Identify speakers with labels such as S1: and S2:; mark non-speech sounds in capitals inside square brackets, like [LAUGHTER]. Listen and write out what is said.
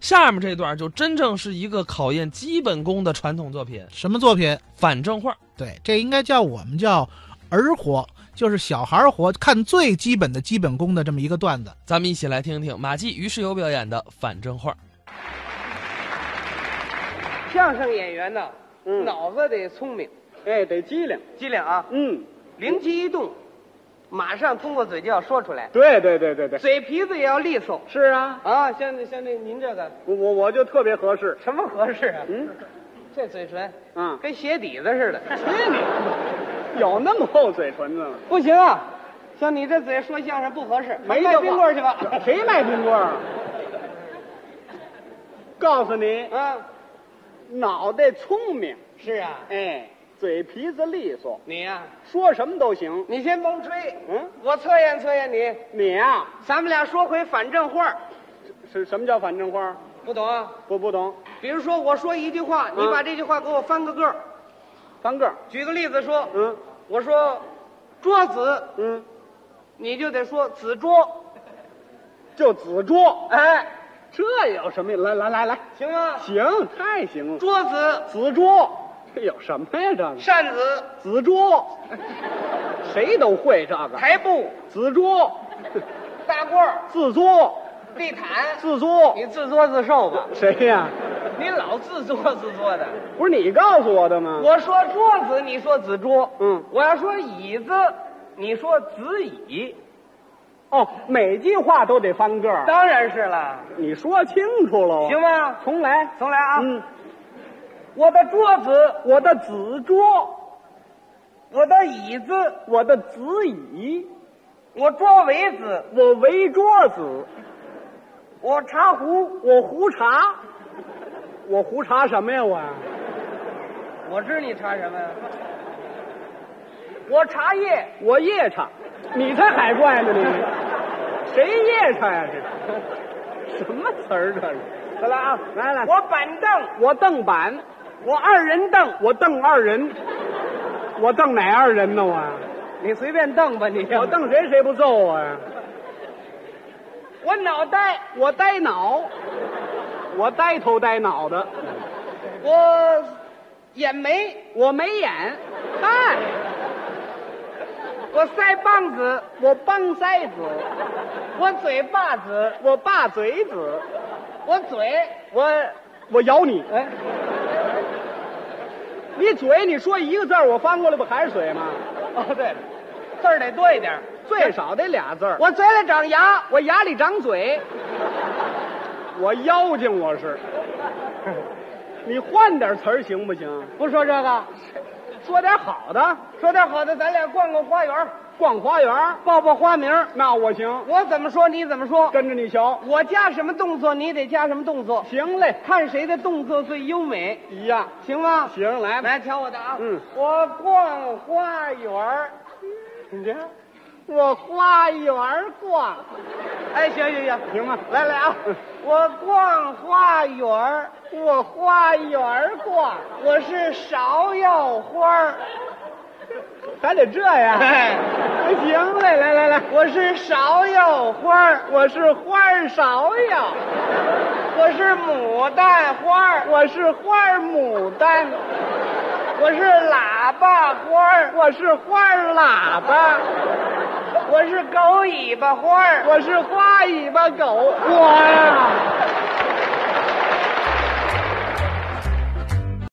S1: 下面这段就真正是一个考验基本功的传统作品
S2: 什么作品？
S1: ——反正话。
S2: 对，这应该叫我们叫儿活，就是小孩儿活，看最基本的基本功的这么一个段子。
S1: 咱们一起来听听马季、于世友表演的反正话。
S3: 相声演员呢，
S4: 嗯
S3: 脑子得聪明，
S4: 哎，得机灵。
S3: 机灵啊，
S4: 嗯，
S3: 灵机一动，马上通过嘴就要说出来，
S4: 对对对对对，
S3: 嘴皮子也要利索
S4: 是啊，
S3: 啊。像那像那您这个
S4: 我我我就特别合适。
S3: 什么合适啊？
S4: 嗯，
S3: 这嘴唇，
S4: 嗯
S3: 跟鞋底子似的，
S4: [LAUGHS] 有那么厚嘴唇子吗？
S3: 不行啊。像你这嘴说相声不合适，
S4: 没啊
S3: 卖
S4: 这
S3: 冰棍儿去
S4: [LAUGHS]
S3: 吧。
S4: 谁卖冰棍儿啊？告诉你，
S3: 啊，
S4: 脑袋聪明，
S3: 是啊，
S4: 哎，嘴皮子利索，
S3: 你呀、
S4: 说什么都行。
S3: 你先甭吹，
S4: 嗯，
S3: 我测验测验你。
S4: 你呀、
S3: 咱们俩说回反正话儿，
S4: 是什么叫反正话？
S3: 不懂啊？
S4: 不不懂，
S3: 比如说我说一句话，你
S4: 嗯
S3: 把这句话给我翻个个儿。
S4: 翻个儿。
S3: 举个例子说，
S4: 嗯
S3: 我说桌子，
S4: 嗯，
S3: 你就得说子桌，
S4: 就子桌，
S3: 哎，
S4: 这有什么呀？来来来来，
S3: 行吗？
S4: 行，太行了。
S3: 桌子、
S4: 子桌，这有什么呀？这个
S3: 扇子、
S4: 紫桌，谁都会这个。
S3: 台布、
S4: 紫桌，
S3: 大褂儿、
S4: 自作，
S3: 地
S4: [LAUGHS]
S3: 毯，
S4: 自作，
S3: 你自作自受吧，
S4: 谁呀、
S3: 你老自作自作的。
S4: 不是你告诉我的吗？
S3: 我说桌子，你说子桌，
S4: 嗯
S3: 我要说椅子，你说子椅，
S4: 哦，每句话都得翻个儿。
S3: 当然是了，
S4: 你说清楚了，
S3: 行？吗？
S4: 哦重来，
S3: 重来啊！
S4: 嗯，
S3: 我的桌子，
S4: 我的紫桌，
S3: 我的椅子，
S4: 我的紫椅，
S3: 我桌围子，
S4: 我围桌子，
S3: 我茶壶，
S4: 我胡茶，我胡茶什么呀？我
S3: 我知你查什么呀？ [LAUGHS] 我茶叶，
S4: 我夜叉，你才海怪呢你，谁夜叉呀、这 [LAUGHS] 什么词儿这是？再来啊，来来，
S3: 我板凳，
S4: 我蹬板，
S3: 我二人凳，
S4: 我蹬二人，我蹬哪二人呢？我
S3: 你随便凳吧你。
S4: 我蹬谁谁不揍我呀？
S3: 我脑袋，
S4: 我呆脑，我呆头呆脑的，
S3: 我眼眉，
S4: 我没眼，嗨，
S3: 我腮帮子，
S4: 我帮腮子，
S3: 我嘴巴子，
S4: 我爸嘴子，
S3: 我嘴，
S4: 我我咬你，
S3: 哎，
S4: 你嘴你说一个字儿我翻过来不还是嘴吗？
S3: 哦对了，字儿得多一点。
S4: 最少得俩字儿。
S3: 我嘴里长牙，
S4: 我牙里长嘴，我妖精我是。你换点词儿行不行？
S3: 不说这个，
S4: 说点好的，
S3: 说点好的，咱俩逛逛花园，
S4: 逛花园，报报花名，那我行，
S3: 我怎么说你怎么说，
S4: 跟着你瞧。
S3: 我加什么动作你得加什么动作，
S4: 行嘞，
S3: 看谁的动作最优美，
S4: 一样。
S3: 行吗？
S4: 行，来吧。
S3: 来瞧我的啊！
S4: 嗯
S3: 我逛花园儿
S4: 你这，我花园逛，
S3: 哎，行行行，
S4: 行吗？
S3: 来来啊！我逛花园儿
S4: 我花园逛，
S3: 我是芍药花儿，
S4: 还得这样。
S3: 哎，
S4: [LAUGHS] 行嘞，来来来，
S3: 我是芍药花儿，
S4: 我是花儿芍药，
S3: 我是牡丹花儿，
S4: 我是花儿牡丹。
S3: 我是喇叭花儿，
S4: 我是花儿喇叭，
S3: 我是狗尾巴花儿，
S4: 我是花尾巴狗，我呀、